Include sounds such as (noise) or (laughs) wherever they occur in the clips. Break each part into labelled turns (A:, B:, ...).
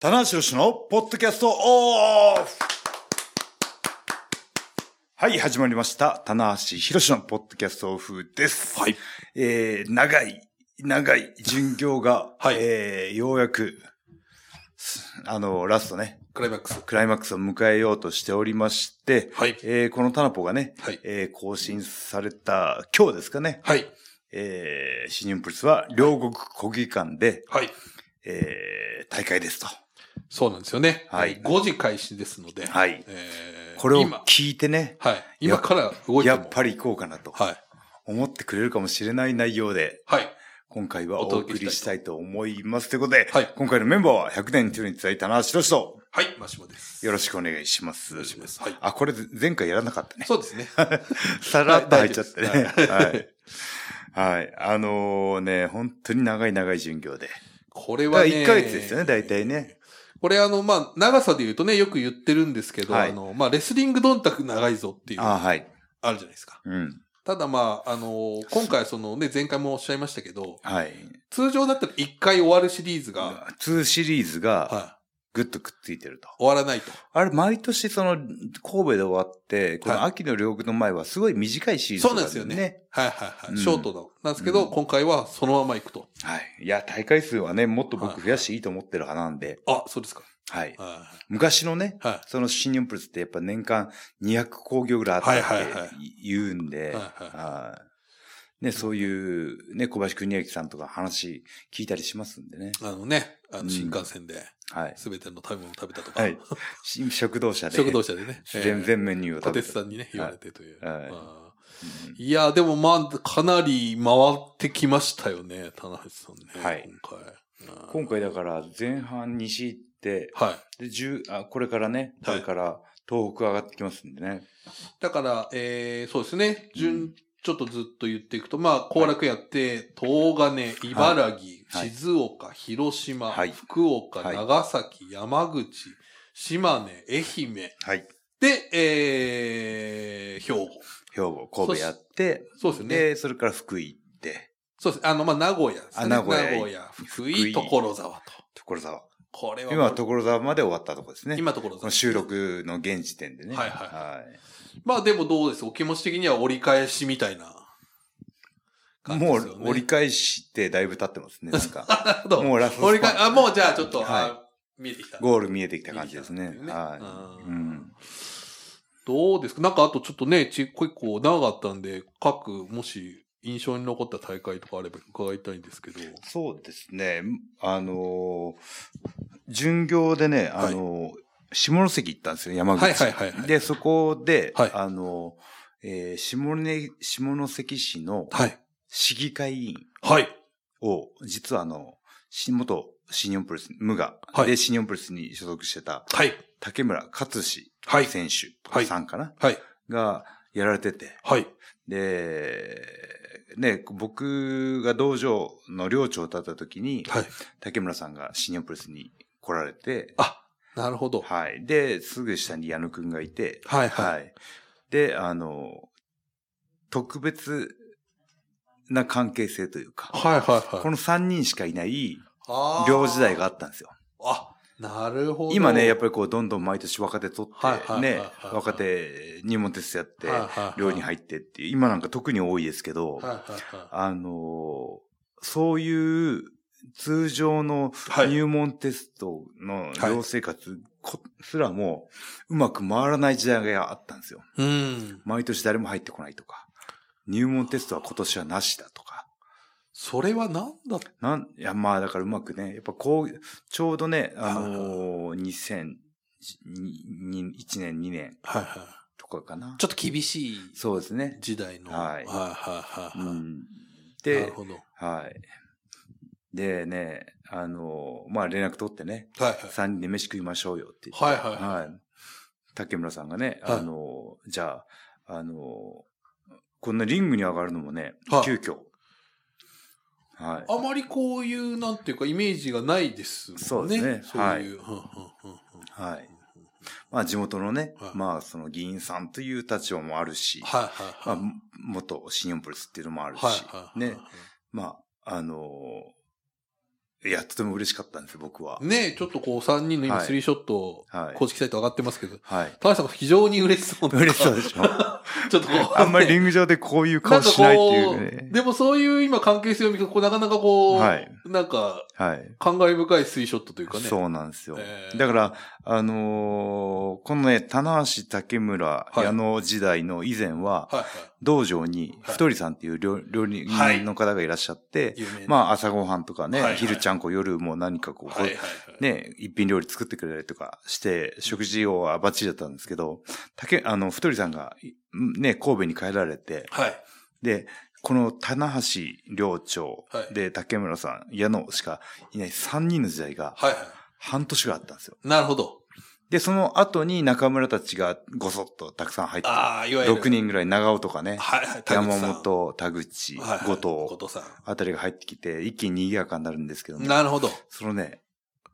A: 棚橋宏のポッドキャストオフはい、始まりました。棚橋宏のポッドキャストオフです。
B: はい。
A: えー、長い、長い巡業が、
B: はい
A: えー、ようやく、すあの、ラストね、
B: クライマックス。
A: クライマックスを迎えようとしておりまして、
B: はい。
A: えー、このタナポがね、
B: はい。
A: えー、更新された今日ですかね、
B: はい。
A: えー、新日本プロレスは両国国技館で、
B: はい。
A: えー、大会ですと。
B: そうなんですよね。
A: は
B: はいい。5時開始ですので。い。
A: はい。
B: えー、
A: これを
B: 今、
A: 聞いてね、
B: はい。今から動いて
A: や
B: も。
A: っぱり行こうかなと
B: はい。
A: 思ってくれるかもしれない内容で、
B: はい。
A: 今回はお
B: お届
A: 送
B: けした
A: りしたい
B: いと
A: と思います。ということで、
B: はい
A: 今回のメンバーは100年に中に伝えたな、しろしと、
B: はい。マシモです。
A: よろ
B: し
A: しくお願いします
B: お。願いします。はい。
A: あ、これ前回やらなかったね。
B: そうですね。
A: さらっと入っちゃってね。
B: はい
A: はい。はい。あのね、本当に長い長い巡業で。
B: これ
A: だから
B: はね。
A: 1ヶ月ですよね、大体ね。
B: これあの、まあ、長さで言うとね、よく言ってるんですけど、
A: はい
B: あの、まあ、レスリングどんたく長いぞっていう、
A: あ
B: あ
A: はい。
B: るじゃないですか。
A: うん。
B: ただまあ、あの、今回そのね、前回もおっしゃいましたけど、
A: はい。
B: 通常だったら1回終わるシリーズが、
A: 2シリーズが
B: は
A: ぐっとくっついてると。
B: い。終わらないと。
A: あれ、毎年その、神戸で終わって、この秋の両国の前はすごい短いシーズン
B: そうなんですよね。はいはいは
A: う
B: い。
A: ん
B: ショートの。なんですけど、
A: うん
B: 今回はそのまま行くと。
A: はい。いや、大会数はね、もっと僕増やしていいと思ってる派なんで、
B: あ、そうですか。
A: はい。
B: は
A: 昔のね、
B: い。は
A: その新日本プロレスってやっぱ年間200工業ぐらいあった
B: はいはい
A: っ
B: は
A: て言うん
B: い。
A: で、
B: はいは
A: はい。ね、そういう、ね、小林邦明さんとか話聞いたりしますんでね。
B: い。あのね、あ
A: うん
B: の新幹線で
A: はい。
B: 全ての食べ物を食べたとか、
A: はい。し食堂車で。
B: 食堂車でね、
A: 全
B: え
A: 然メニューを
B: ー小
A: 食べ
B: 鉄
A: て。
B: さんにね、言われてという。
A: はい
B: まあ
A: うん
B: いや、でもまあ、かなり回ってきましたよね、棚橋さんね。
A: はい
B: 今回。うん
A: 今回だから前半西行って、
B: はい。
A: で、十あ、これからね、こ
B: はい
A: れから東北上がってきますんでね。
B: だから、えー、そうですね。
A: う
B: 順、ちょっとずっと言っていくと、まあ、後楽やって、東金、茨城、
A: はい
B: 静岡、広島、
A: はい
B: 福岡、
A: はい
B: 長崎、山口、島根、愛媛、
A: はい。
B: で、えー、兵庫。
A: 兵庫、神戸やって、
B: そうですよね。
A: で、それから福井行って、
B: そうです。あの、まあ、名古屋です
A: あ
B: ね。
A: 名古屋
B: 福
A: 福
B: 井、
A: 井
B: 所沢と。
A: 所沢。
B: これはもう、
A: 今は所沢まで終わったとこですね。
B: 今所沢。
A: この収。録の現時点でね。
B: はいはい
A: い
B: まあ、でもどうですお気持ち的には折り返しみたいな感じ
A: も
B: ですよね。
A: う折り返してだいぶ経ってますね。なん
B: (laughs)
A: か、
B: なるほど。
A: もうラスト
B: 俺
A: スパ
B: が、あ、もうじゃあちょっと、
A: はい
B: あ見えてきた。
A: ゴール見えてきた感じです
B: 見え
A: ね
B: て。きたっていうね
A: はい。う
B: うん
A: ん。
B: どうですかなんかあとちょっとね、ち、結構長かったんで、各、もし印象に残った大会とかあれば伺いたいんですけど。
A: そうですね。あのー、巡業でね、あのー、下関行ったんですよ、山口。
B: はいはいはいはい。
A: で、そこで、
B: はい
A: あの、えー下根下関市の
B: はい。
A: 市議会委員
B: はい。
A: を、実はあの、し元新日本プロレス、無我、
B: はい
A: で新日本プロレスに所属してた
B: はい。
A: 竹村勝志
B: はい。
A: 選
B: は
A: 手
B: い
A: さんかな、
B: はい。
A: がやられてて、
B: はい。
A: で、ね、僕が道場の寮長だった時に、
B: はい。
A: 竹村さんが新日本プロレスに来られて、
B: あ、なるほど。はい。
A: はい。で、すぐ下に矢野くんがいて、
B: はい。
A: は。
B: はい
A: で、あの、特別な関係性というか、
B: い。はい。
A: この3人しかいない
B: はい。
A: 両時代があったんですよ。
B: あー。あ、なるほど。
A: 今ね、やっぱりこう、どんどん毎年若手取
B: はい
A: っ
B: は
A: て、
B: いはい
A: ね
B: はい、
A: 若手入門テストやって
B: はい、はいはい
A: 寮に入ってっていう、今なんか特に多いですけど、
B: はい。はい。は
A: あの、そういう通常の
B: はい
A: 入門テストの
B: はい
A: 寮生活こすらもうまく回らない時代があったんですよ。
B: い。うん。
A: 毎年誰も入ってこないとか、入門テストは今年はなしだとか、
B: それは何だった
A: なん、いや、まあだからうまくね、やっぱこう、ちょうどね、あ
B: はい
A: のー、2001年、2年
B: はいは
A: とかかな。
B: い。ちょっと厳しい
A: そうですね。
B: 時代の。
A: はい
B: はいはいは
A: う
B: いはい。
A: ん、
B: なる
A: で、
B: ほど。はい
A: はい。でね、あのー、まあ連絡取ってね、
B: はい。
A: 3人で飯食いましょうよって言って
B: はいはい。
A: はい。竹村さんがね、
B: はい
A: あの、じゃあ、あの、こんなリングに上がるのもね、
B: はい
A: 急遽。はい。
B: あまりこういう、なんていうか、イメージがないですもんね。
A: そうですね
B: そういう。うんうんうんうん
A: はい。まあ地元のね、
B: はい
A: まあその議員さんという立場もあるし、
B: はい
A: ま
B: は
A: あ
B: いはい。
A: 元新日本プロレスっていうのもあるし
B: はいは、いはい
A: ね、まああのいや、とても嬉しかったんです、僕は。
B: ねえ、ちょっとこう3人の今
A: はい
B: スリーショット、
A: はい
B: 公式サイト上がってますけど、
A: はい。
B: 田橋さんが非常に嬉しそうな
A: 嬉しそうでしょ。
B: (laughs) ちょっとこう、
A: (laughs) あんまり
B: ね
A: リング上でこういう顔しないっていうね。
B: でもそういう今関係性を見ると、こうなかなかこう、
A: はい
B: なんか、
A: はい。
B: 感慨深いスリーショットというかね。
A: そうなんですよ。
B: えー
A: だから、あのーこのね、棚橋竹村、
B: はい
A: 矢野時代の以前は、
B: はいは
A: 道場に、
B: はい
A: 太りさんっていう料料理
B: はい
A: 人の方がいらっしゃって、
B: い。有名な
A: まあ朝ごはんとかね、
B: はいはい
A: 昼ちゃんこ夜も何かこう、
B: はいはいはい。
A: ね、一品料理作ってくれたりとかして、食事をはバッチリだったんですけど、竹、あの、太りさんが、いね、神戸に帰られて、
B: はい。
A: で、この棚橋寮長、
B: はい
A: で、竹村さん、矢野しかいない3人の時代が、
B: はいは
A: 半年があったんですよ。
B: い。なるほど。
A: で、その後に中村たちがごそっとたくさん入って、
B: ああ、いわゆる。
A: 6。人ぐらい長尾とかね、
B: はいはい。田口
A: 山
B: さん、
A: 本、田口、
B: はいはい
A: 後藤
B: 後藤さ
A: あたりが入ってきて、一気に賑やかになるんですけど
B: ん。
A: も、
B: なるほど。
A: そのね、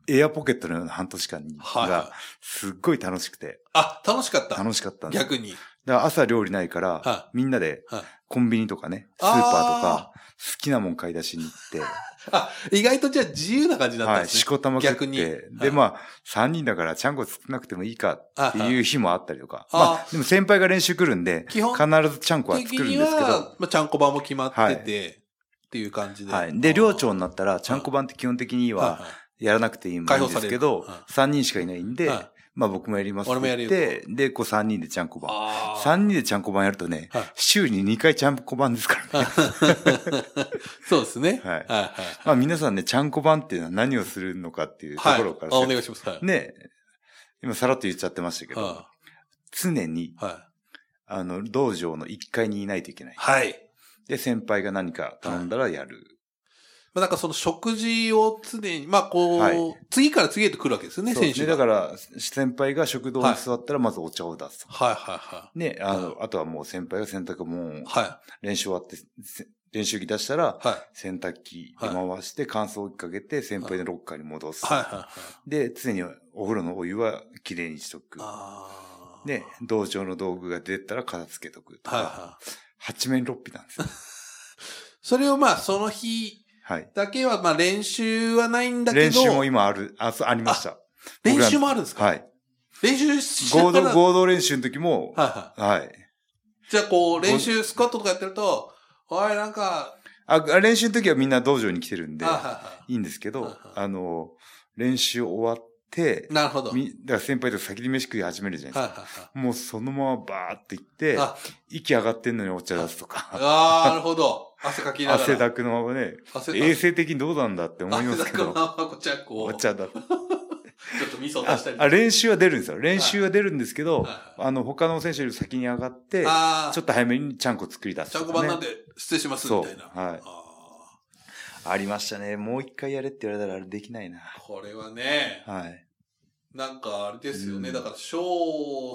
A: エアポケットのような半年間に
B: はいはい
A: が、。すっごい楽しくて、
B: あ、楽しかった。
A: 楽しかったんですよ
B: 逆に。
A: だから朝料理ないから、
B: は
A: みんなで
B: はい
A: コンビニとかね、スーパーとか、好きなもん買い出しに行って、
B: あ、意外とじゃあ自由な感じだったん
A: は
B: で
A: い、
B: すね
A: し。こたま食っ
B: 逆
A: て、
B: にはい
A: で、まあ、3人だからちゃんこ少なくてもいいかっていう日もあったりとか、
B: あ
A: ま
B: ははあ
A: あ、でも先輩が練習来るんで、
B: 基本
A: 必ずちゃんこは
B: 的
A: 作るん
B: に
A: ですけど
B: は、、まあ、ちゃんこ版も決まって
A: はい
B: て、っていう感じで。
A: はい。で、寮長になったら、ちゃんこ版って基本的に
B: は
A: は、やらなくていいもんですけど
B: 解放される、
A: 3人しかいないん
B: い
A: で
B: はい、はい
A: まあ僕もやりますって言っ
B: 俺もや
A: て、
B: る
A: で、こう3人でちゃんこ版。
B: あー
A: 3人でちゃんこ版やるとね
B: はい、
A: 週に2回ちゃんこ版ですからね。
B: そうですね。
A: はい
B: はい
A: (laughs) まあ皆さんね、ちゃんこ版っていうのは何をするのかっていうと
B: はい。
A: ころから
B: あお
A: 説
B: 願いします。はい。
A: ね、今さらっと言っちゃってましたけど、
B: は
A: 常に、
B: い。は
A: あの、道場の1階にいないといけない
B: い。。はい
A: で、先輩が何か頼んだらやる。
B: まあ、なんかその食事を常に、まあこう、
A: はい
B: 次から次へと来るわけですよね、
A: そうで
B: 選
A: す
B: 手
A: ね。だ
B: が。
A: から、先輩が食堂に座ったらまずお茶を出すと。
B: はいはいは
A: ね、あの、あとはもう先輩が洗濯物を
B: い。は
A: 練習終わって、せ練習着出したら
B: い。、はい。
A: 洗濯機で回して乾燥機かけて先輩のロッカーに戻す。
B: はいはいはい。
A: で、常にお風呂のお湯はきれいにしとく。
B: あー
A: で、道場の道具が出たら片付けとくと
B: はい
A: か、
B: はい。
A: 八面六臂なんですよ。
B: それをまあその日
A: はい。
B: だけは、まあ練習はないんだけど、
A: 練習も今ある、あ、そうありました。
B: 練習もあるんですか、
A: はい。
B: 練習しな
A: 合
B: がら
A: 同、合同練習の時も、
B: はいはい。
A: はい。
B: じゃあこう、練習、スクワットとかやってると、おい、なんか、
A: あ、練習の時はみんな道場に来てるんで
B: あ、はい
A: いんですけ
B: はい
A: ど
B: はい、
A: あの、練習終わって
B: い、なるほど。はい
A: み、だから先輩と先に飯食い始めるじゃないですか
B: はいは
A: もうそのままバーって行っ
B: い。
A: て、
B: あ、
A: 息上がってんのにお茶出すとか、
B: あーなるほど。汗かきながら。
A: 汗だくのままね、
B: 汗だ
A: 衛生的にどうなんだって思いま
B: (laughs) 汗
A: す
B: だ
A: け
B: く
A: ど、
B: のままこっちはこ
A: お
B: う、ちょ
A: 茶だ。
B: (laughs) っと味噌足
A: あ
B: したり。
A: あ、練習は出るんですよ。練習は出るんですけど
B: はい、はい
A: あの、他の選手より先に上がって、
B: あー
A: ちょっと早めにちゃんこ作り出す
B: ちゃんこと版
A: か、
B: なん
A: ね。
B: で失礼しますみたいな。
A: そうはい
B: あ
A: ありましたね。もう一回やれって言われたらあれできないな。
B: ーこれはね、
A: はい。
B: なんかあれですよね。
A: うん
B: だから、翔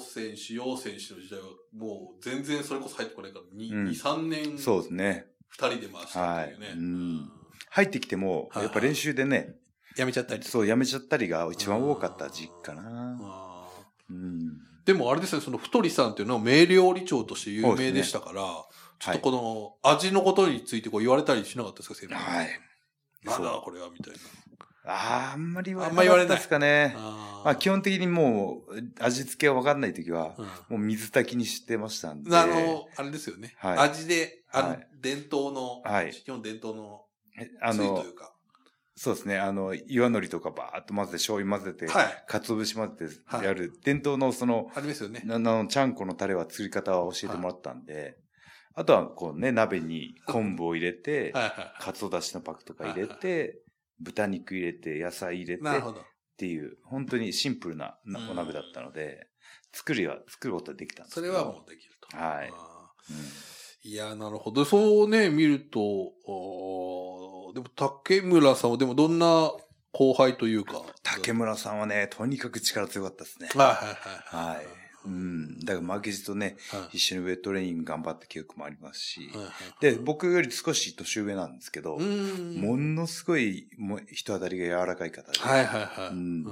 B: 選手、陽選手の時代は、もう全然それこそ入ってこないから、2、
A: うん
B: 2 3年、二
A: そうですね。
B: 人で回したっていうね。
A: はいうん入ってきても、
B: はい
A: やっぱ練習でね、
B: やめちゃったりとか
A: そう、やめちゃったりが一番多かった時期かな。
B: あー
A: うん。
B: でもあれですね、その太りさんっていうのは名料理長として有名でしたから、ちょっとこの味のことについてこう言われたりしなかったですか、先輩。
A: はい。
B: なんだ
A: そう
B: これはみたいな。
A: あーあんまり言わ
B: あんま言われ
A: れな
B: な
A: いいですかね。
B: あー
A: まあ、基本的にもう味付けが分かんない時は、もう水炊きにしてましたん
B: う
A: で。
B: ん、あの、あれですよね。
A: はい
B: 味で、あの、
A: はい
B: 伝統の、
A: はい
B: 基本伝統の、
A: えあ
B: つゆ
A: の
B: とい、うか。
A: そうですね。あの、岩のりとかバーっと混ぜて、醤油混ぜて、
B: はい。
A: 鰹節混ぜ
B: はい
A: てやる、伝統のその、
B: ありますよね。
A: あの、ちゃんこのタレは作り方を教えてもらったんで、あとはこうね、鍋に昆布を入れて、
B: はいは
A: 鰹だしのパックとか入れ
B: は
A: て、豚肉入れて、野菜入れ
B: い。
A: て、
B: なるほ
A: っ
B: ど。
A: ていう、本当にシンプルなな
B: うん
A: お鍋だったので、作りは、作ることはできたんです
B: そ
A: け
B: れ
A: ど
B: はもうできると。
A: はい
B: あ
A: うん
B: ーいや、なるほど。そうね、見ると、おーでも竹村さんは、でもどんな後輩というか。
A: 竹村さんはね、とにかく力強かったですね。
B: はいはいは。
A: はいい。うん。だから負けじとね、
B: は
A: 一緒にウェイトレーニング頑張った記憶もありますし
B: い。はい
A: で、僕より少し年上なんですけど
B: う、ん。
A: ものすごいもう人当たりが柔らかい方で、
B: はいはいはい。
A: うん
B: うん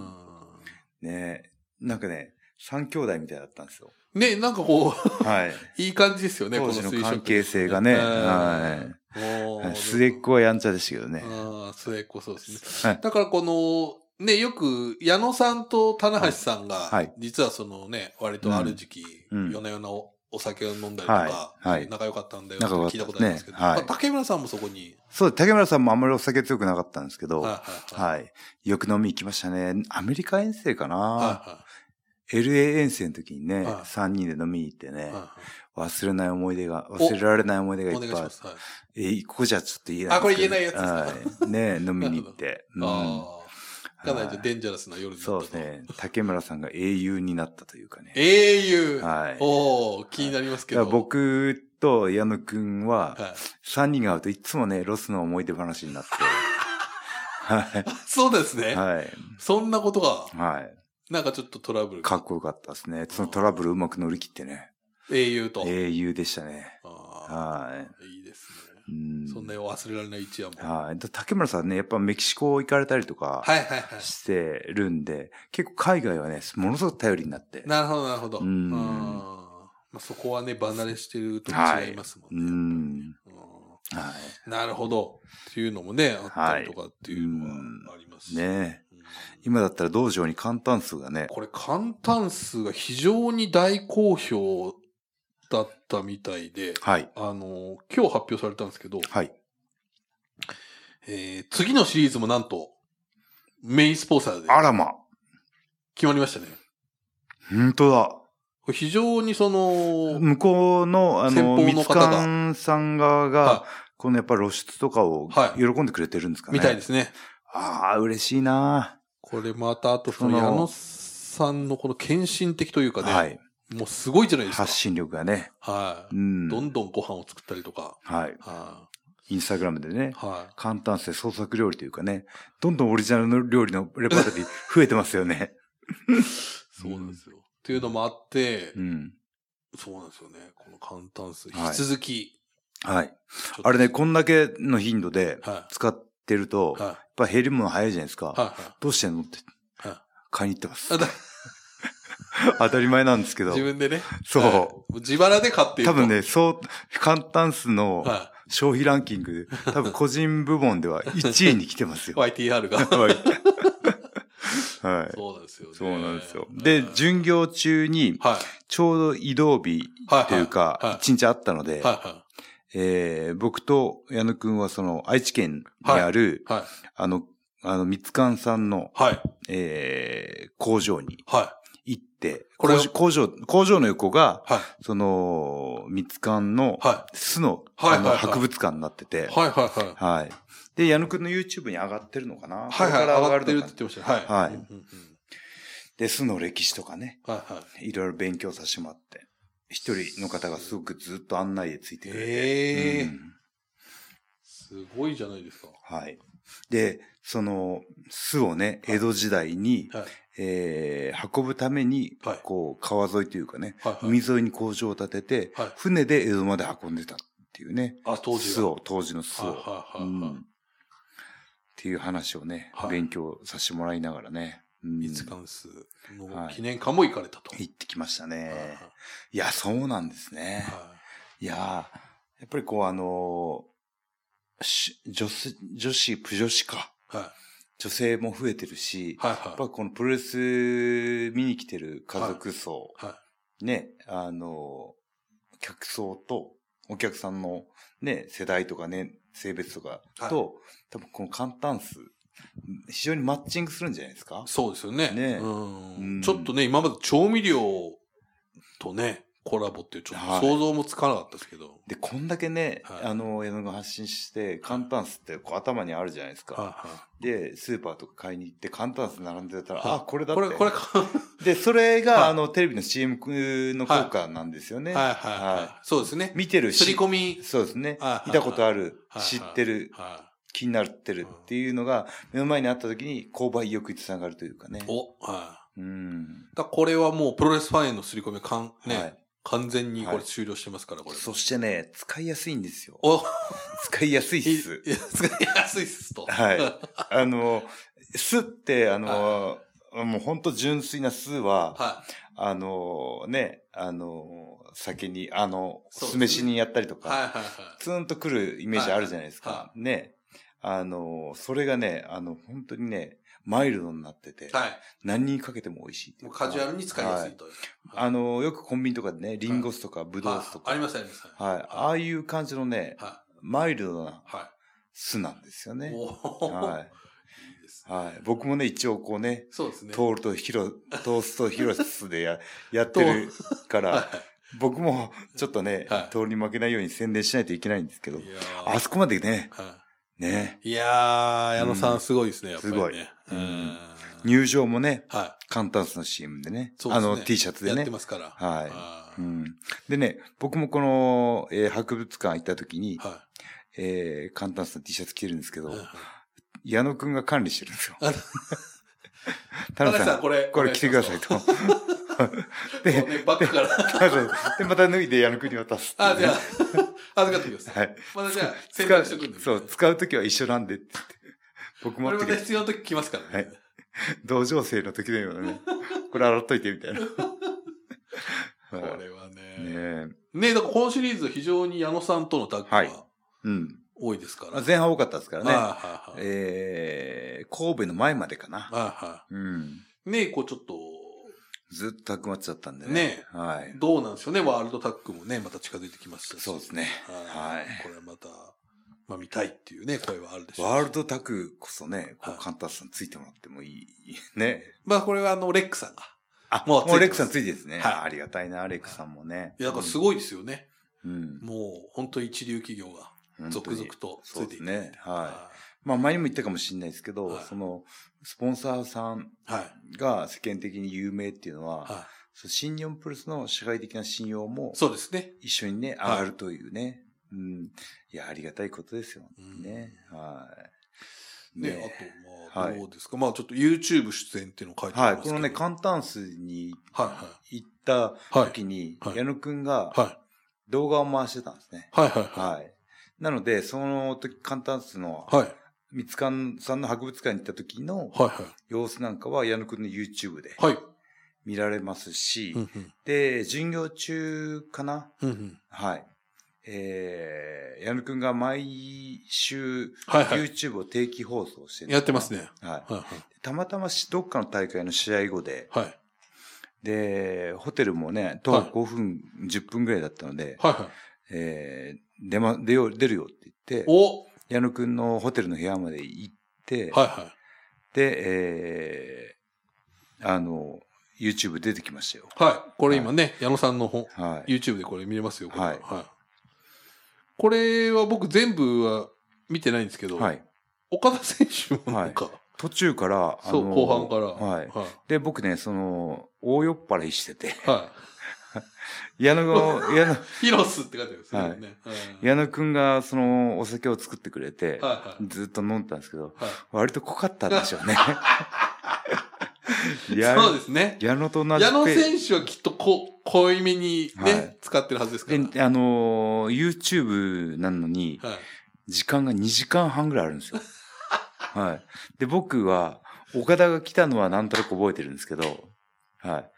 A: ね、なんかね、三兄弟みたいだったんですよ。
B: ね、なんかこ
A: はい。
B: う、いい感じですよね、 (laughs)
A: 当時の
B: こ推奨
A: 関係性がね、
B: うん
A: はい。
B: お
A: は
B: ー
A: い末っ子はやんちゃでしたけどね。
B: ああ、末っ子そうです
A: は
B: ね
A: い。
B: だからこの、ね、よく、矢野さんと棚橋さんが
A: はい、
B: 実はそのね、割とある時期、
A: うん
B: 夜な夜なおお酒を飲んだりとか
A: はいはい、
B: 仲良かったんだよって
A: 仲良かった
B: 聞いたことありますけど、
A: ねはい
B: まあ竹村さんもそこに、
A: そう、竹村さんもあんまりお酒強くなかったんですけど、
B: はい
A: は
B: はい
A: い、
B: はい。
A: よく飲み行きましたね。アメリカ遠征かな、
B: は
A: ?LA 遠征の時にね、
B: はい
A: 3人で飲みに行って
B: い
A: ね、
B: は
A: 忘れない思い出が、忘れられない思い出
B: い
A: が
B: はい。
A: い
B: お
A: っぱ
B: 願い
A: い
B: し
A: あ
B: ま
A: って。
B: す。はい。
A: えーここじゃちょっと言えないんですけど。
B: あこれ言えないやつです
A: はい。ね、飲みに行って。うん
B: (laughs) ああ。かなりじゃあデンジャラスな夜になった
A: そうで
B: と
A: すね。竹村さんが英雄になったというかね。
B: 英雄。
A: はい
B: おお気になりますけ
A: だから
B: ど。
A: 僕と矢野くんは、
B: はい。
A: 3人が会うといつもね、ロスの思い出話になって。は
B: そうですね。
A: い。はい。
B: そんなことが、
A: はい。
B: なんかちょっとトラブル。
A: かっこよかったですね。そのトラブルうまく乗り切ってね。
B: 英雄と。
A: 英雄でしたね。
B: あ
A: は
B: あ、いいですね。
A: い。うん。
B: そんな忘れられない一夜も。は
A: はい。だ竹村さんね、やっぱメキシコ行かれたりとか
B: いはいは
A: してるんで、結構海外はね、ものすごく頼りになって
B: い。。なるほどなるほど。
A: う
B: うんん。まあそこはね、離れしてると違いますも
A: うん
B: ね。
A: ん。
B: う
A: は
B: んなるほど。っていうのもね、あったりとかっていうのはあります
A: い。
B: し。
A: ねえ。
B: うん
A: 今だったら道場に簡単数がね、
B: これ、簡単数が非常に大好評だったみたいで、
A: はい。
B: あの、今日発表されたんですけど、
A: はい。
B: えー次のシリーズもなんと、メインスポンサーで
A: あらま。
B: 決まりましたね。
A: 本当だ。
B: これ非常にその、
A: 向こうの、あ
B: 先方
A: の、
B: の
A: ミツ
B: 方が
A: カンさん側が
B: は、
A: このやっぱ露出とかを
B: はい
A: 喜んでくれてるんですかね。
B: みたいですね。
A: ああ、嬉しいな
B: これまた、あとその
A: そ
B: 矢
A: の
B: 野さんのこの献身的というかね、
A: はい。
B: もうすごいじゃないですか。
A: 発信力がね。
B: は
A: う
B: い、
A: ん。
B: どんどんご飯を作ったりとか、
A: はい。
B: は
A: インスタグラムでね
B: い、。はい。
A: 簡単性創作料理というかね、どんどんオリジナルの料理のレパートリー増えてますよね。
B: そうなんですよ。っていうのもあって、
A: うん。
B: そうなんですよね。この簡単数、
A: はい
B: 引き続き、
A: はい。
B: ちょっと
A: あれね、、こんだけの頻度で
B: は
A: 使ってると、
B: い。
A: やっ
B: は
A: ぱ減るもの早いじゃないです
B: い。は
A: か。
B: い。はい
A: どうしてんのって
B: はい、
A: 買いに行ってます
B: あ。だ
A: (laughs) 当たり前なんですけど
B: 自。分でね。はい
A: そ
B: もう自腹で買っ
A: う。
B: ている
A: 多
B: と
A: 分。ね、そう、簡単数の
B: は
A: 消費ランキングで、多分個人部門では1位に来てます
B: い。
A: よ。
B: YTR が。
A: (laughs) はい。
B: そうなんですよね。
A: そうなんですよ。で、巡業中に、
B: はい。
A: ちょうど移動日
B: はい。
A: というか、
B: は
A: 一日あったので
B: い。、は
A: えー僕と矢野くんはその愛知県にある、
B: い。はい。
A: あの、あの、三つ館さんの、
B: はい。はい。
A: えー工場に
B: は
A: 行って、
B: これを
A: 工場工場、工場の横が、
B: い。はい。
A: その、三つ館の
B: は
A: 巣の、
B: は
A: あ
B: い
A: の
B: はいはい
A: 博物館になって
B: い。
A: て、
B: はい。はい。はい。
A: はい。で、矢野くんの YouTube に上がってるのかな
B: はい
A: こ
B: は
A: れ
B: い、
A: から上
B: 上が
A: が
B: って
A: る
B: る
A: の
B: っ
A: かな
B: て言ってましたね。
A: は
B: はいい。うんうんうん
A: で、巣の歴史とかね、
B: はいはい。
A: いろいろ勉強させてもらって、一人の方がすごくずっと案内でついてくれて、
B: ええ
A: う
B: ー、
A: ん
B: すごいじゃないですか。
A: はい。で、その巣をね、江戸時代に、
B: はい。
A: えー運ぶために、
B: はい
A: こう、川沿いというかね、
B: はい、は
A: 海
B: い。
A: 沿いに工場を建てて、
B: はい
A: 船で江戸まで運んでたっていうね、
B: あ、当時は
A: 巣を、当時の巣
B: はい
A: を。
B: はいは
A: う
B: い
A: ん
B: はい。
A: っていう話をね、
B: はい
A: 勉強させてもらいながらね、うん
B: ミツ
A: 行
B: カンスの
A: はい
B: 記念館も行かれたと。
A: ってきました
B: はい
A: ね。いや、そうなんですね。いやーやっぱりこう、あのーし女子、女子、プ女子か。
B: はい。
A: 女性も増えてるし、
B: はい
A: やっ
B: は
A: ぱこのプロレス見に来てる家族層、
B: い。はい。
A: ね、あの、客層と、お客さんのね、世代とかね、性別とかと、多分この簡単数、非常にマッチングするんじゃないですか
B: そうですよね。
A: ね
B: うん
A: うん
B: ちょっとね、今まで調味料とね、コラボってちょっ
A: はい
B: と想像もつかなかったですけど。
A: で、こんだけね、
B: はい
A: あの、矢野が発信して、簡単数ってこう頭にあるじゃないですか。
B: はいは
A: で、スーパーとか買いに行って簡単数並んでたら、
B: はい
A: あ、これ
B: い
A: だっ
B: こ
A: て。
B: れ、これか。は
A: で、それが、
B: はい
A: あの、テレビの CM の効果なんですよね。
B: いはいはい。そうですね。
A: 見てる
B: すり
A: し、
B: 込み。
A: そうですね。
B: はいはいはい
A: 見たことある、
B: はいはい
A: 知ってる、
B: は
A: 気になってるっていうのが、目の前にあった時に、購買意欲につながるというかね
B: い。。お、はい。
A: うん。
B: だからこれはもうプロレスファンへの刷り込みかん、ね、
A: はい
B: 完全にこ
A: は
B: れ
A: い
B: 終了してますから、これ。
A: そしてね、使いやすいんですよ。
B: お、
A: 使いやすいっ
B: い
A: す。 (laughs)
B: (laughs) いや、使いやすいっすと。
A: はい
B: は
A: あの、すって、あの、もう本当純粋な数は、
B: は
A: あのね、あの先に、あの、
B: そうです
A: 酢
B: ね
A: 飯にやったりと
B: い。
A: か、
B: はいはいは
A: ツーンとくるイメージあるじゃないですか。
B: はいは
A: ね。あの、それがね、あの、本当にね、マイルドになってて、
B: い。はい。
A: 何にかけても美味しいっていう
B: もう
A: か
B: カジュアルに使いやすいという。
A: あの、よくコンビニとかでね、リンゴ酢とかブドウ酢とか、
B: あありますあります。はい。
A: はい。ああいう感じのね、
B: は。
A: マイルドない
B: は
A: 酢なんですよ
B: い。
A: ね。
B: おお。
A: はい
B: いです
A: い。はい。僕もね、一応こうね、
B: そうですね。
A: トールと
B: (laughs)
A: ヒロ、トーストヒロスでややってるから、僕もちょっとね、
B: はい
A: トールに負けないように宣伝しないといけないんですけど
B: い、や
A: あそこまでね、
B: ーは
A: ね、
B: いいやー矢野さ
A: うん
B: んすごいですね、やっぱりね。
A: すごいうん
B: うん
A: 入場もね、
B: は
A: 簡単スの CM でね、
B: そうで
A: あ
B: すね
A: の T シャツ
B: い。
A: で
B: やっ
A: ね
B: て。ますから。
A: は。
B: は
A: う
B: い
A: ん、でね、僕もこの、えー博物館行った時に
B: い。、は
A: えー、簡単スの T シャツ着てるんですけど
B: い。、
A: 矢野くんが管理してるんですよ
B: あ
A: (laughs)
B: の。
A: 田
B: 高
A: 中
B: 橋
A: さ
B: さ
A: ん
B: ん、、これ。
A: これ着てくださいと。 (laughs) で
B: もうねバック
A: (laughs)
B: から。
A: 田中さんで、また脱いで矢野くんに渡すっていう
B: あ、
A: ね
B: じゃあ、預かってください。
A: はい。
B: またじゃあ、
A: 使
B: 洗濯
A: う
B: しとくんで。、
A: そう、使うときは一緒なんでって言って。僕
B: こ
A: も
B: れまた
A: て
B: 必要な時来ますからね。
A: 同情生の時のようなね、これ洗っといてみ
B: (laughs)
A: たいな。
B: こ
A: はい
B: れは
A: ね
B: ね。
A: え。
B: ねだからこのシリーズ非常に矢野さんとのタッグ
A: はい
B: が
A: うん。
B: 多いですから。
A: 前半多かったですからね。
B: はいはいはい。
A: えー、神戸の前までかな。
B: はいは
A: うん。
B: い。ねこうちょっと、
A: ずっとくまっちゃったんでね。
B: ね
A: はい。
B: どうなんでしょうね。ワールドタッグもね、また近づいてきましたし。
A: そうですね。
B: はい
A: はい。
B: これはまた、まあ見たいっていうね、声はあるでしょうし。
A: ワールドタクこそね、こ
B: は
A: う、
B: い
A: カンタスさんついてもらってもいい。ね。
B: まあこれはあの、レックさんが。
A: あ、も
B: もうついて
A: う、
B: ます
A: レックさんついてですね。
B: はい
A: ありがたいな、レックさんもね。
B: いや、だからす
A: ごい。
B: ごいですよね。
A: うん。
B: もう、本当一流企業が
A: 本当に
B: 続々とつ
A: そう
B: い
A: で
B: てい
A: す
B: て。
A: ね。は。
B: はい
A: まあ、前にも言ったかもしれないですけど、
B: はい
A: その、スポンサーさん
B: い。はい。
A: が世間的に有名っていうのは、
B: は
A: そう新日本プロレスの社会的な信用も
B: い。そうですね。
A: 一緒にね、上
B: はい
A: がるというね。うん。いや、ありがたいことですよね。はい。
B: ね、あと、ま
A: は
B: あ、
A: い
B: どうですか、まあ、ちょっと YouTube 出演っていうのを書いて
A: は
B: あ
A: い。
B: りま
A: こ
B: すけど。
A: のね、簡単数に
B: はいは
A: 行った
B: はい
A: 時に、
B: はい
A: 矢野くんが
B: い。はい。
A: 動画を回してたんですね。
B: はいは
A: はい。なので、その時、簡単数の、
B: いはい。はい。
A: 三つ館さんの博物館に行った時の
B: はい
A: 様子なんかは、矢野くんの YouTube で
B: はい。はい。
A: 見られますし、
B: うんうん
A: で、授業中かな
B: うんうん。
A: はい。えー、矢野くんが毎週、
B: はいはい。
A: YouTube を定期放送してる
B: やってますね。
A: はい。
B: はい
A: たまたましどっかの大会の試合後で、
B: はい。はい
A: で、ホテルもね、徒
B: はい
A: 歩5分、10分ぐらいだったので、
B: はいはい。
A: えー、出ま、出よう、出るよって言って、
B: お
A: 矢野くんのホテルの部屋まで行って、
B: はいは
A: で、えー、あの、YouTube 出てきましたよ。
B: い。はい。これ今ね、矢野さんの本、
A: はい。
B: YouTube でこれ見れますよ。これ
A: はい
B: はい。これは僕全部は見てないんですけど、
A: はい。
B: 岡田選手もなんか、
A: 途中から、あ
B: そう、
A: の
B: 後半から。
A: はい。
B: は
A: で、僕ね、その、大酔っ払いしてて、 (laughs)
B: い。は
A: 矢野
B: (laughs)
A: が、矢野、
B: い。ヒロスって書いてあるんですよね。はい
A: 矢野くんが、その、お酒を作ってくれて、
B: はい
A: ずっと飲んでたんですけど、
B: はい。
A: 割と濃かったんでしょ
B: (laughs)
A: うね。や
B: そうですね。
A: 矢野と同じ
B: 矢野
A: ペー
B: 選手はきっとこ濃いめにね、
A: はい
B: 使ってるはずですから。
A: で、あのー YouTube なのに、
B: はい、
A: 時間が2時間半ぐらいあるん
B: (laughs)
A: ですよ。はい。で、僕は、岡田が来たのはなんとなく覚えてるんですけど、はい。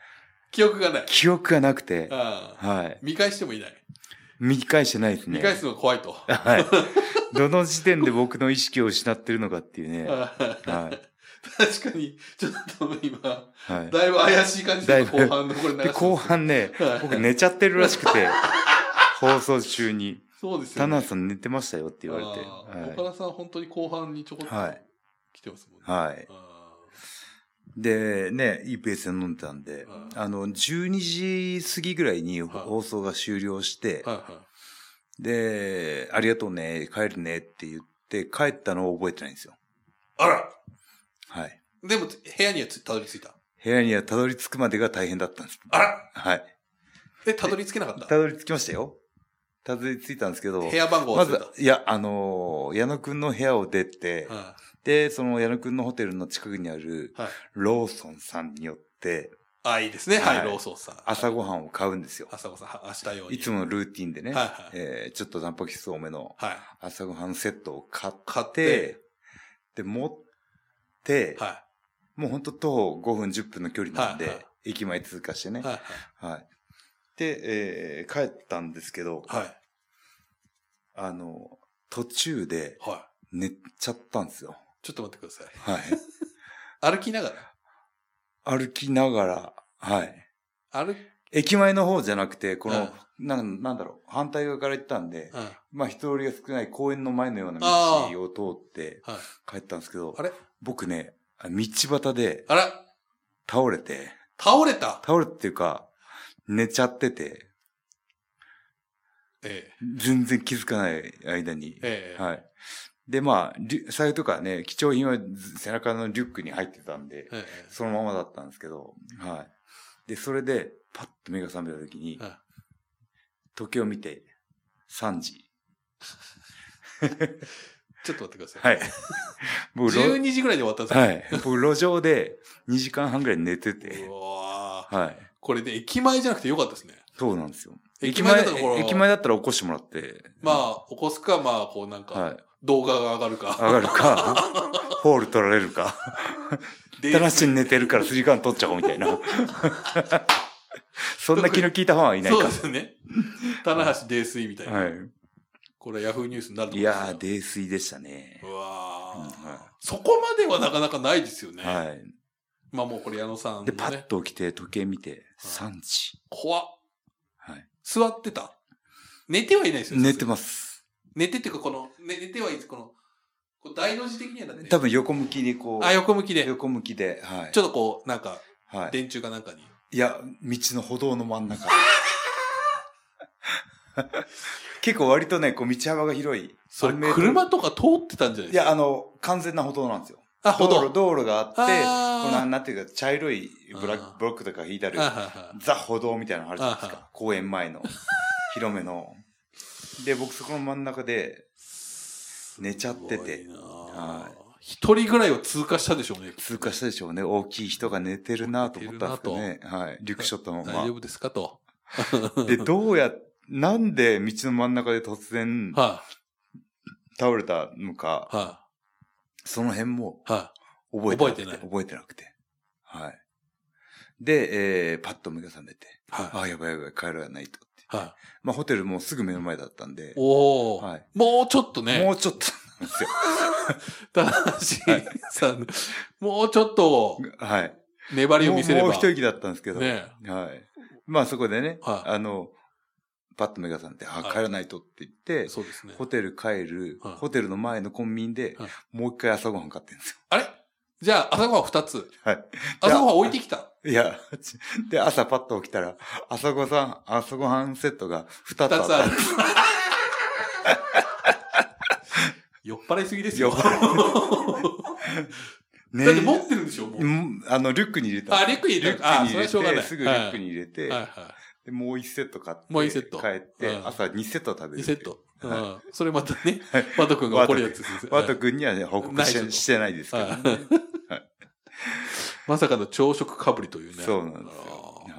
B: 記憶がない。
A: 記憶がなくて、
B: ああ
A: はい。
B: 見返してもいない。
A: 見返してないですね。
B: 見返すのが怖いと。
A: (laughs)
B: (laughs)
A: はい。どの時点で僕の意識を失ってるのかっていうね。は
B: ああ
A: い。
B: 確かに、ちょっと今、
A: はい。
B: だいぶ怪しい感じで
A: だいぶ
B: 後半のこれ流して
A: で、
B: ます
A: 後。半ね、
B: はい
A: 僕寝ちゃってるらしく
B: (laughs)
A: て、放送中に、
B: そうです
A: 田
B: よね。
A: 中さん寝てましたよって言われて。
B: ああ岡
A: は
B: 田さん本当に後半にちょこっと
A: はい
B: 来てますもんね。
A: い。はい。
B: ああ
A: で、ね、いいペースで飲んでたんで、
B: はい
A: あの、12時過ぎぐらいに
B: はい
A: 放送が終了して、
B: はいは
A: で、ありがとうね、帰るねって言って、帰ったのを覚えてないんですよ。
B: い。あら
A: はい。
B: でも、部屋にはつたどり着いた。
A: 部屋にはたどり着くまでが大変だったんです。
B: あら
A: はい。
B: え、たどり着けなかった
A: たどり着きましたよ。たどり着いたんですけど、
B: 部屋番号
A: ま
B: 忘れ
A: ず
B: た。、
A: いや、あのー矢野くんの部屋を出て、
B: は
A: で、その矢野くんのホテルの近くにある
B: い。はい。
A: ローソンさんによって
B: ああ、いいですね。はい、
A: はい
B: ローソンさん。
A: 朝ごはんを買うんですよ。
B: 朝ごさん、は明日用に。
A: いつものルーティンでね、
B: はいはい
A: えーちょっと残白質多めの
B: はい。
A: 朝ごはんセットを買って、
B: 買って
A: で、持って、
B: は
A: もう本当徒歩5分10分の距離なんで、
B: はいはい
A: 駅前通過してね。
B: はいはい
A: はい。で、えー帰ったんですけど、
B: はい
A: あの、途中で
B: は
A: 寝ちゃったんですよ。
B: いちょっと待ってください
A: は
B: (laughs)
A: い。
B: 歩きながら
A: 歩きながら、はい。
B: 歩き、
A: 駅前の方じゃなくて、この、
B: う
A: なんなんだろう、反対側から行ったんで、
B: んうん
A: まあ人通りが少ない公園の前のような
B: あ
A: 道を通って
B: はい、
A: 帰ったんですけど
B: あ、れ
A: 僕ね、道端で
B: あら
A: 倒れて、
B: 倒れた
A: 倒れてっていうか、寝ちゃってて、
B: え
A: 全然気づかない間に
B: え、ええ
A: はい。で、まあ、リュ財布とかね、貴重品はず背中のリュックに入ってたんで、
B: ええ
A: そのままだったんですけど、はい。で、それで、パッと目が覚めた時に、
B: はい
A: 時計を見て、3時。
B: ちょっと待ってください、 (laughs)
A: はい。僕、ろ
B: 12時ぐらいで終わったんですよ、
A: はい。僕、路上で2時間半ぐらい寝てて
B: う、わー
A: はい。
B: これね駅前じゃなくてよかったですね
A: そうなんですよ。
B: 駅前だったらこ
A: 駅前
B: れ
A: 駅前だったら起こしてもらって、
B: まあ起こすかまあこうなん
A: は
B: か
A: い。
B: 動画が上がるか、
A: 上がる
B: (laughs)
A: か、ホール取られるか、
B: で
A: ただしに寝てるから3時間取っちゃおうみたい
B: (laughs)
A: な。そんな気の利いたファンはいない
B: そう
A: か
B: で。すよね。棚橋泥酔みたいな。
A: はい。
B: これヤフーニュースになると
A: い
B: 思
A: やー、
B: で
A: 泥酔でしたね
B: す。よ。うわー、
A: うんはい
B: そこまではなかなかないですよね。
A: は
B: まあもうこれ矢野さんの
A: い。で、
B: ね。
A: パッと起きて、時計見て、
B: は
A: 3時。
B: 怖っ
A: はい。
B: 座ってた。寝てはいないですよ。
A: 寝て
B: す。
A: ます。
B: 寝てっていうか、この、ね、寝てはいいです。この、こう大の字的にはだって。
A: 多分横向きにこ
B: あ、
A: う、
B: 横向きで。
A: 横向きで、はい
B: ち。ょっとこう、なんか、
A: はい。
B: 電柱かなんかに。
A: いや、道の歩道の真ん
B: (laughs)
A: 中。結構割とね、こう道幅が広い。
B: それ
A: 3メートル
B: 車とか通ってたんじゃない
A: い
B: ですか。
A: や、あの、完全な歩道なんですよ。
B: あ、ほ
A: 道
B: ど。
A: 路、道路があって、
B: あー
A: この、なんていうか、茶色いブラッ
B: あー
A: クブロックとか引いてある
B: はい、はいはい
A: ザ歩道みたいなのあるじゃないです
B: あー
A: か。公園前の。広めの。で、僕そこの真ん中で寝ちゃってて
B: すごいな
A: は
B: あ一人ぐらいは通過したでしょうね。
A: 通過したでしょうね。大きい人が寝てるなと思ったんですけどね。はい。リュックショットの
B: 大
A: ま
B: 丈夫ですかと。
A: ま。で、どうや、なんで道の真ん中で突然
B: は
A: 倒れたのか、
B: い、は
A: その辺も
B: い、は
A: 覚えてなくて。
B: 覚えてない
A: 覚えてなくて。はい。で、えー、パッと目が覚めて、
B: い、は
A: ああ、やばいやばい、帰らないとって。
B: い、はい。
A: まあ、ホテルもうすぐ目の前だったんで、
B: おお、
A: はい。
B: もうちょっとね、
A: もうちょっと (laughs) なんですよ。
B: 田橋さん、もうちょっと
A: はい。
B: 粘りを
A: もう
B: 見せれば。
A: もう一息だったんですけど、
B: ね
A: はい。まあ、そこでね、
B: はい
A: あの、パッと目が覚めて、あ
B: はい
A: あ、帰らないとって言って、
B: そうですね。
A: ホテル帰る、
B: はい
A: ホテルの前のコンビニで
B: はい、
A: もう一回朝ごはん買ってるんですよ。
B: あれじゃあ、朝ごはん二つ。
A: はい。
B: 朝ごはん置いてきた。
A: いや、ちで、朝パッと起きたら、朝ごさん、朝ごはんセットが2つあっ
B: 二つ
A: た
B: あ。る。 (laughs) 酔っ払いすぎですよ。
A: 酔っ
B: (laughs)
A: ね
B: だって持ってるんでしょ、もう。
A: うんあの、リュックに入れた。
B: あリュックに入れる
A: リュックに入
B: あそれはしょうが
A: れ
B: な
A: て、
B: い
A: すぐリュックに入れて、
B: はいは
A: でもう1セット買って、
B: もう一セット
A: 帰って、
B: うん
A: 朝2セット食べ
B: い。
A: る。
B: 2セッ。ト。う
A: はい
B: ん。それまたね、ワト君が怒るやつですね。
A: ワト君にはね、報告し
B: ない
A: てしてないですけど、ね。
B: まさかの朝食かぶりというね。
A: そうなんです
B: あ
A: よ。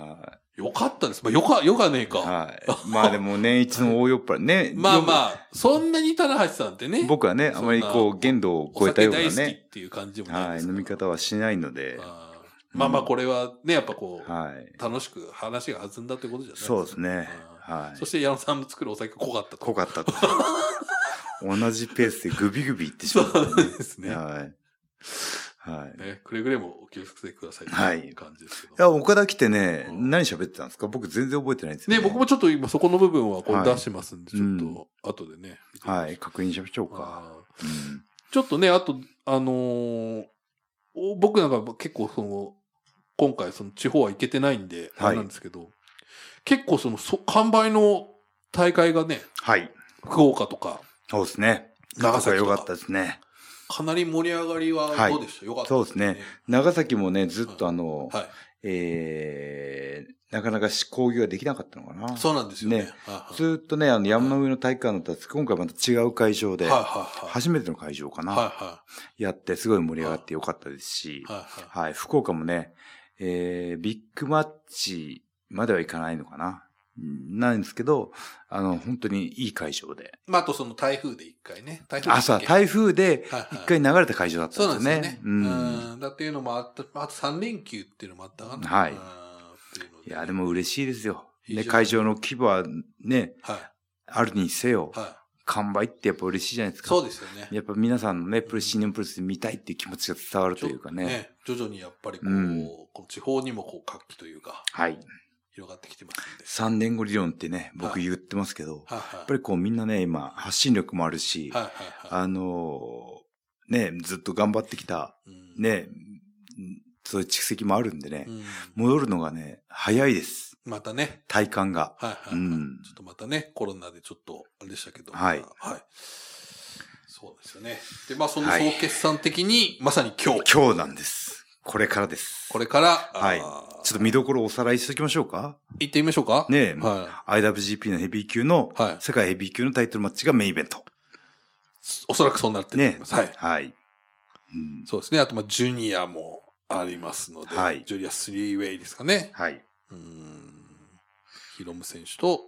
A: は
B: ーよかったです。まあ、よか、よかねえ
A: い。
B: か。
A: はい。まあでも年一の大酔っ払い。ね。
B: (laughs) まあま
A: あ。
B: あ、そんなに棚橋さんってね、
A: 僕はね、あまりこう、限度を
B: お
A: 超えた
B: 酒
A: ような
B: 大好き
A: ね、
B: っていう感じでもない
A: は
B: で
A: い、
B: すか
A: 飲
B: ら
A: み方はしないので、
B: あーまあまあ、これはね、やっぱこう、
A: はい。
B: 楽しく話が弾んだということじゃない
A: そうですね。
B: あ
A: はい
B: ーそ。して矢野さんの作るお酒が濃かったと。
A: 濃かった
B: (laughs)
A: と。同じペースでグビグビいってし
B: そ
A: まった、
B: うですね。
A: はい。はい。
B: ねくれぐれもお気をつけてください。
A: はい
B: いう感じですけど
A: い。や、岡田来てね、
B: うん
A: 何喋ってたんですか僕全然覚えてないんですよ、
B: ね、
A: ね。
B: 僕も。ちょっと今そこの部分はこ
A: は
B: う
A: い
B: 出してますんで、ちょっと後でね。見てみましょう
A: はい、確認しましょうか。
B: あー
A: うん
B: ちょっとね、あと、あのーお僕なんか結構その、今回その地方は行けてないんで、
A: はい
B: あれなんですけど、結構その、そ完売の大会がね、
A: はい。
B: 福岡とか、
A: そうですね。
B: 長
A: 長
B: 崎
A: 崎
B: と
A: 良
B: か
A: かったですね。
B: かなり盛り上がりは
A: はい
B: どうでした、よかった
A: そうです長崎もね、ずっとあの、
B: はい。
A: えー、なかなか工業ができなかったのかな。
B: そうなんですよね。
A: ね
B: はいはい
A: ずーっとね、あの、山の上の体育館だったんですけど今回また違う会場で、
B: はいはいはい。
A: 初めての会場かな、
B: はいは
A: やって、すごい盛り上がってよかったですし、
B: い。はいはい。
A: はい、福岡もね、えー、ビッグマッチまではいかないのかな。ないんですけど、あの、本当にいい会場で。
B: まあ、あとその台風で一回ね。台風でした
A: 朝、
B: っけ
A: 台風で
B: はいはい
A: 一回流れた会場だっ
B: そう
A: た
B: なん
A: ん
B: で
A: ですす
B: よ
A: よ
B: ね
A: ね。。
B: うん。だっていうのもあった、あと3連休っていうのもあったかな。
A: はい
B: うんってうの
A: いや、でも嬉しいですよ。
B: いい
A: ね、
B: じゃん
A: 会場の規模はね、
B: はい。
A: あるにせよ、
B: は
A: 完売ってやっぱ嬉しいじゃないです
B: い。
A: か。
B: そうですよね。
A: やっぱ皆さんのね、プレシニアムプロレス見たいっていう気持ちが伝わるというかね。
B: ちょ徐々にやっぱりこう、
A: うん
B: この地方にもこう活気というか、
A: はい。
B: 広がってきてます
A: 3
B: んで。
A: 年後理論ってね、
B: は
A: 僕
B: い
A: 言ってますけど、
B: はいはい。や
A: やっぱりこうみんなね、今、発信力もあるし、
B: はいはいは
A: あのーね、ずっと頑張ってきた、
B: い。うん、
A: ね、うんそういう蓄積もあるんでね、
B: うん。
A: 戻るのがね、早いです。
B: またね。
A: 体感が。
B: はいはい、はい
A: うん
B: ちょっとまたね、コロナでちょっと、あれでしたけど。
A: はい
B: はい。そうですよね。で、まあその
A: は
B: 総
A: い
B: 決算的に、まさに今日、
A: 今日なんです。これからです。
B: これから、
A: はい
B: あー
A: ちょっと見どころをおさらいしておきましょうか。
B: 行ってみましょうか。
A: ねえ
B: は
A: IWGP のヘビー級の、
B: い。はい。
A: 世界ヘビー級のタイトルマッチがメインイベント。
B: おそらくそうなってると思
A: ね
B: い。ます。
A: は
B: はいい。。
A: うん
B: そうですね。あと、まあ、ジュニアもありますので、
A: はい
B: ジュニアスリーウェイですかね。
A: はい。
B: うん。ヒロム選手と、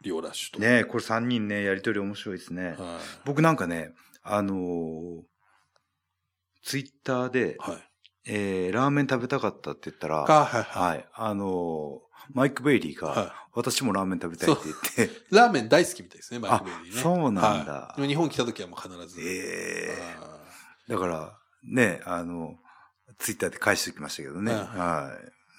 B: リオラッシュと。
A: ねえこれ3人ね、やりとり面白いですね。
B: は
A: 僕なんかね、あのーツイッターで
B: い。、はい。
A: えー、ラーメン食べたかったって言ったら、
B: か、はいは
A: はい、あのーマイク・ベイリーが、
B: い。は
A: 私もラーメン食べたいって言って、
B: い。ラーメン大好きみたいですね、マイク・ベイリーね。
A: あそうなんだ
B: はいでも日本来た時はもう必
A: (laughs)
B: ず。
A: ええ
B: あ
A: だから、ね、あの、ツイッターで返してきましたけどね。
B: はい
A: はい。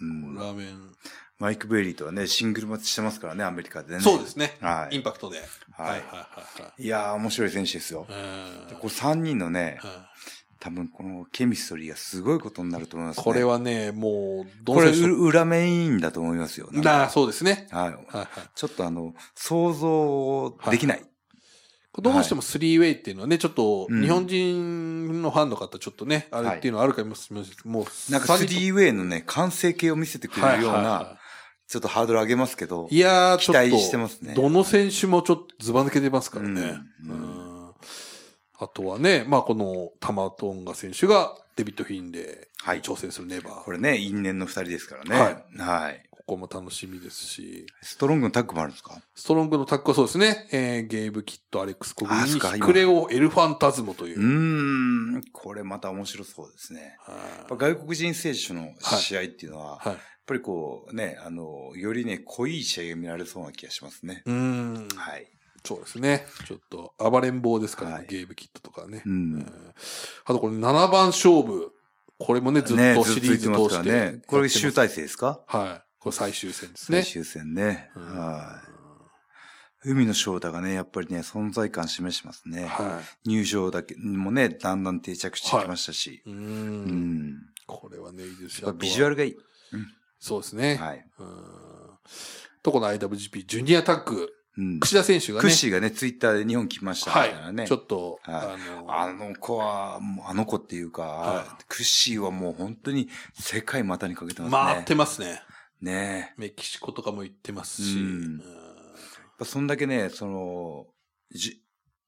A: う
B: ーもうんラーメン。
A: マイク・ベイリーとはね、シングルマッチしてますからね、アメリカでね。
B: そうですね。
A: は
B: イ
A: い
B: ン。パクトで。
A: は
B: はいいはいはいはい。
A: いやー、面白い選手ですよ。
B: うん
A: これ3人のね、
B: うん
A: 多分このケミストリーがすごいことになると思いますね。
B: これはね、もう、ど
A: こ
B: う
A: れ、
B: し
A: う裏メインだと思いますよ。なんか
B: なあ、そうですね。
A: はい。
B: はいはい。
A: ちょっとあの、想像できない。
B: どうしてもスリーウェイっていうのはね、ちょっと、
A: うん
B: 日本人のファンの方、ちょっとね、あれっていうのはあるかもしれませんけどもう、
A: なんか
B: 三人
A: 3way のね、完成形を見せてく
B: と
A: れるよう
B: はいはい
A: な
B: は、
A: ちょっとハードル上げますけど
B: い、い、やー、
A: 期
B: ちょっと、
A: 待してますね。
B: どの選手もちょっとずば抜けてますからね。
A: うんうん
B: うんあとはね、まあ、この、タマトンガ選手が、デビッド・フィンで
A: はい、
B: 挑戦するネバー。
A: これね、因縁の2人ですからね。
B: は
A: はい。
B: ここも楽しみですし、
A: ストロングのタッグもあるんですか
B: ストロングのタッグはそうですね、えーゲイブ・キッド、アレックス・コグリ
A: あそ
B: に、
A: っか
B: ヒクレオ・エルファンタズモという
A: う。ーん、これまた面白そうですね。
B: はい
A: やっぱ外国人選手の試合っていうのは、やっ
B: はい。
A: ぱりこうね、あの、よりね、濃い試合が見られそうな気がしますね。
B: うん。
A: はい。
B: そうですね。ちょっと、暴れん坊ですからね、
A: はい
B: ゲームキットとかね。
A: う。
B: うんんあとこれ7番勝負。これもね、ずっ
A: ね
B: とシリーズ通
A: ずっと言ってます
B: し
A: か
B: て
A: らね。これ集
B: 大
A: 大成ですか
B: はい。これ最終戦ですね
A: 最。終戦ね。
B: うん
A: はい。海野翔太がね、やっぱりね、存在感示しますね。
B: は
A: 入場だけもね、だんだん定着してきましたし。
B: い。う。
A: うんん。
B: これはね、いいです
A: やっ
B: よ。
A: ぱビジュアル
B: ル。
A: がいい。
B: そうですね。
A: はい。
B: うんと、この IWGP ジュニアタッグ。
A: うん。
B: 櫛田選手がね。
A: クッシーがね、ツイッターで日本来ましたから
B: は
A: ね。
B: い。ちょっと、
A: は
B: あの、
A: あの子は、もうあの子っていうか、
B: は
A: クッシーはもう本当に世界股にかけてますね。
B: 回ってますね。
A: ねえ。
B: メキシコとかも行ってますし。
A: うん
B: うん
A: やっぱそんだけね、その、じ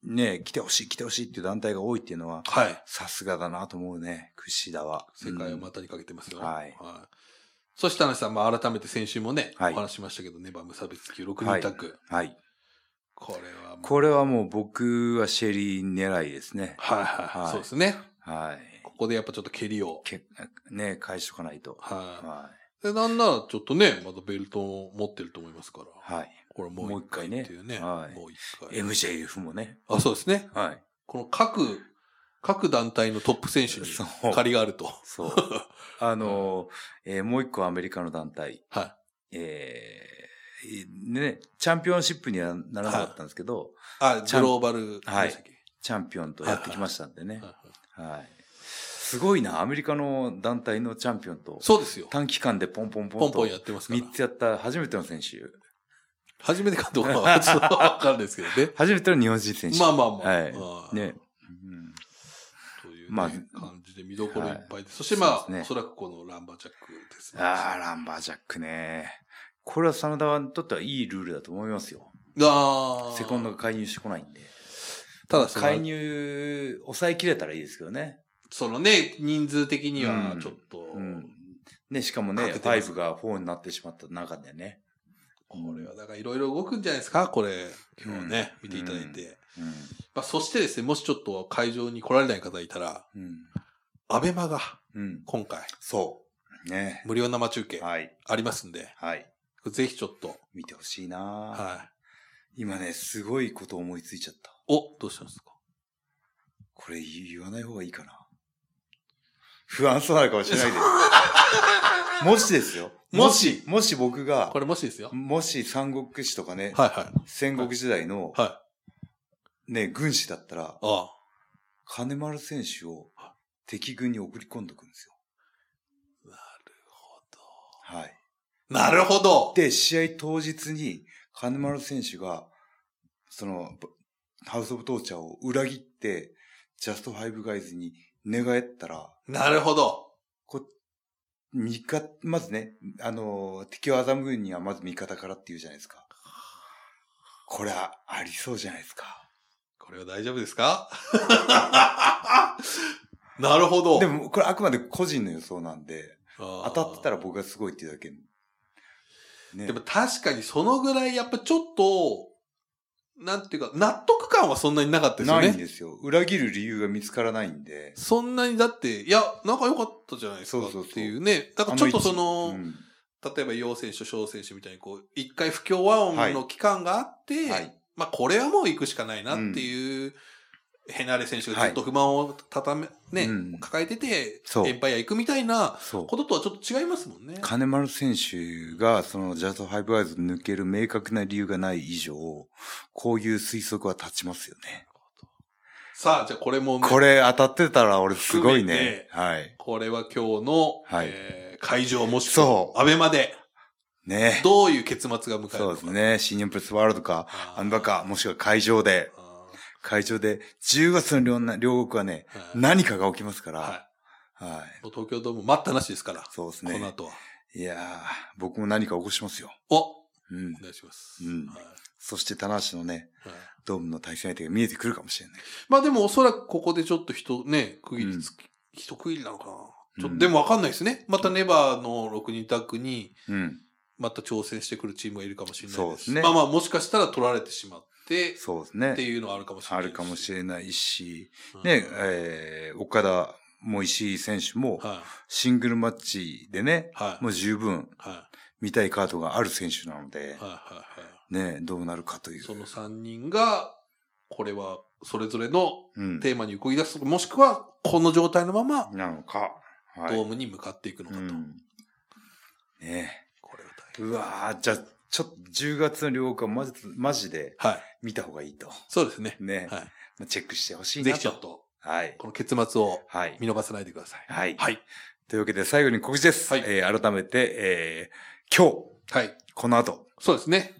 A: ねえ来てほしい、来てほしいっていう団体が多いっていうのは、
B: はい。
A: さすがだなと思うね、クッシーだわ。
B: 世界
A: う
B: を
A: ん
B: 股にかけてますよ。
A: うんはい
B: そして、話さん、まあ、改めて先週もね、
A: はい
B: お話ししましたけど、ネバー無差別級6人タッグ。
A: はい。
B: これはもう
A: これはもう僕はシェリー狙いですね。
B: はいはい、は。
A: はいい
B: そうですね。
A: はい。
B: ここでやっぱちょっと蹴りを。
A: けね、返しとかないと。
B: は。
A: はい
B: で、なんならちょっとね、またベルトを持ってると思いますから。
A: い。はい。
B: これもう一回
A: もう一回ね
B: っていうね。
A: はい
B: もう一回。
A: MJF もね。
B: あ、そうですね。
A: は
B: この各、各団体のトップ選
A: い。
B: 手に
A: そう。
B: 借りがあると。
A: そう。あの、えーもう一個アメリカの団体、
B: は
A: えーね、チャンピオンシップにはならなかったんですけど、
B: い。あ、
A: ちゃ
B: グ
A: ん
B: ローバル。
A: はい
B: 何でしたっけ
A: チャンピオンとやってきましたんでね
B: はい。はい
A: はい。すごいな、アメリカの団体のチャンピオンと、
B: そうですよ。
A: 短期間でポンポンポ
B: ポ
A: ン
B: ンポ
A: と
B: ンやってますから。
A: 3つやった初めての選手。。
B: 初めてかどうかはちょっとわかんないですけどね
A: 初めての日本人選手。
B: まあまあまあ。
A: はい
B: まあ
A: ね。うん
B: というね、
A: まあ
B: 感じで見どころいっぱいで。そしてまあ、
A: そうですね
B: おそらくこのランバージャックですね。
A: ああ、ランバージャックね。これは真田にとってはいいルールだと思いますよ。
B: あー
A: セコンドが介入してこないんで。
B: ただそ
A: 介
B: の、
A: 入、抑えきれたらいいですけどね。
B: そのね、人数的には
A: うん
B: ちょっと、
A: うんね、しかもね、
B: かけてます
A: 5が4になってしまった中でね。
B: これはだからいろいろ動くんじゃないですか、これ。今日ね、
A: うん
B: 見ていただいて。
A: うん。
B: まあ、そしてですね、もしちょっと会場に来られない方いたら、
A: うん。
B: アベマが
A: うん。
B: 今回
A: そう。ね。
B: 無料生中継
A: はい。
B: ありますんで、
A: はい。
B: ぜひちょっと、
A: 見てほしいな、
B: は
A: 今ね、すごいこと思いついちゃった。
B: い。お、どうしたんですか
A: これ言言わない方がいいか
B: (laughs)
A: な。不安そうな顔しないで。
B: (laughs)
A: もしですよ。
B: もし
A: もし僕が
B: こ、れもしですよ。
A: もし三国志とかね、
B: はいはい。
A: 戦国時代の
B: はい。
A: ね、軍師だったら
B: あ、あ。
A: 金丸選手を敵軍に送り込んどくんですよ。
B: なるほど。
A: はい。
B: なるほど
A: で、試合当日に金丸選手が、その、ハウスオブトーチャーを裏切って、ジャストファイブガイズに寝返ったら、
B: なるほど
A: こ、味方、まずね、あの、敵を欺くにはまず味方からって言うじゃないですか。これはありそうじゃないですか。
B: これは大丈夫ですか (laughs) なるほど
A: でも、これあくまで個人の予想なんで、
B: 当
A: 当たってたら僕がすごいっていうだけ。ね。
B: でも確かにそのぐらいやっぱちょっと、なんていうか、納得感はそんなになかったですよ
A: ないん
B: ね。
A: ですよ。裏切る理由が見つからないんで。
B: そんなにだって、いや、仲良かったじゃないですか
A: そうそうそう
B: っていうね。だからちょっとそ
A: あ
B: の、
A: の一
B: 例えば陽選手、翔選手みたいにこう、一回不協和音の期間があって、
A: うんはい。
B: まあこれはもう行くしかないなっていう、ヘナーレ選手がずっと不満をたため、ね、
A: うん
B: 抱えてて、
A: そう
B: エンパイア行くみたいな
A: そう。
B: こととはちょっと違いますもんね。
A: 金丸選手が、そのジャストファイブアイズ抜ける明確な理由がない以上、こういう推測は立ちますよね。
B: さあ、じゃあこれも、
A: これ当たってたら俺すごいね。はい。
B: これは今日の、
A: はい
B: えー会場もしく
A: そ
B: は、アベマで、
A: ね。
B: どういう結末が迎えるのか。
A: そうですね。新日本プロレスワールドか、
B: あー。
A: アンバか、もしくは会場で、
B: あ
A: 会場で、10月の両な両国はね、
B: ーはい
A: 何かが起きますから、は。
B: はいい。もう東京ドーム待ったなしですから、
A: そうです
B: この
A: ね。
B: 後は。
A: いやー、僕も何か起こしますよ。
B: お
A: うん
B: お。願いします。
A: うん
B: はい
A: そして、棚橋のね、
B: はい
A: ドームの対戦相手が見えてくるかもしれない。
B: まあでもおそらくここでちょっと人ね、区切りつき、一区切りなのかな。ち
A: う
B: ょっと
A: ん
B: でもわかんないですね。またネバーの6人タッグに、
A: うん。
B: また挑戦してくるチームがいるかもしれない
A: そうですね
B: まあまあもしかしたら取られてしまって、
A: そうです
B: って
A: ね。
B: いうのはあるかもしれ
A: あ
B: ない
A: るかもしれないし、
B: ない
A: ね、えー、岡田も石井選手も、
B: はい。
A: シングルマッチでね、
B: はい。
A: もう十分
B: はい。は
A: 見たいカードがある選手なので
B: い。、はい。はい。
A: ね、どうなるかという。
B: その3人が、これはそれぞれの
A: うん。
B: テーマに動き出す、もしくはこの状態のまま
A: なのか。
B: ド
A: はい。
B: ームに向かっていくのかと。
A: うんね
B: これは大
A: え。
B: 変。
A: うわーじゃあ、ちょっと10月の両国はマジマジで
B: はい。
A: 見た方がいいと。
B: そうですね。
A: ね。
B: は
A: まあチェックしてほしい
B: い。
A: な
B: ぜ
A: と。
B: ひちょっと、
A: はい。
B: この結末を
A: はい。
B: 見逃さないでください。
A: はい。
B: はい。
A: というわけで最後に告知です。
B: はい
A: えー改めて、えー今日、
B: はい。
A: この後、
B: そうですね。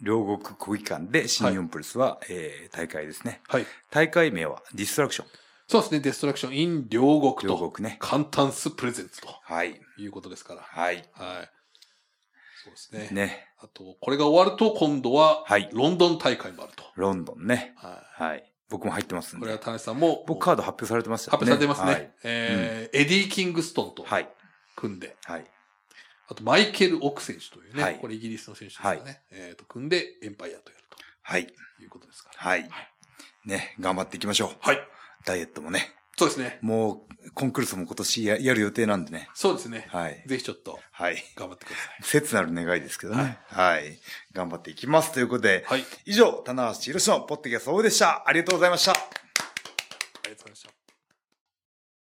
A: 両国国技館で新日本プロレスは、えー大会ですね。
B: はい。
A: 大会名はディストラクション。
B: そうですね。デストラクション in 両国
A: 両
B: と、
A: 国ね。
B: 簡単スプレゼンツと
A: はい。
B: いうことですから。
A: はい。
B: はい。そうですね。
A: ね。
B: あと、これが終わると、今度は、
A: はい。
B: ロンドン大会もあると。
A: ロンドンね。
B: は
A: はい。僕も入ってます
B: い。
A: ん
B: これは
A: で。
B: 田中さんも、
A: 僕カード発表されてました
B: 発表されてますね。
A: はい
B: えーエディ・キングストンと
A: はい。
B: 組んで、
A: はい。
B: あとマイケル・オク選手というね、
A: はい
B: これイギリスの選手ですかね、
A: は
B: えーと組んでエンパイアとやる
A: はい。
B: ということですから。
A: はい。ね、頑張っていきましょう。
B: はい。
A: ダイエットもね。
B: そうですね。
A: もう、コンクルールも今年ややる予定なんでね。
B: そうですね。
A: はい。
B: ぜひちょっと
A: はい。
B: 頑張ってください。
A: 切なる願いですけどね。はい。頑張っていきます。ということで、
B: はい。
A: 以上、棚橋宏のポッドキャストオフでした。ありがとうございました。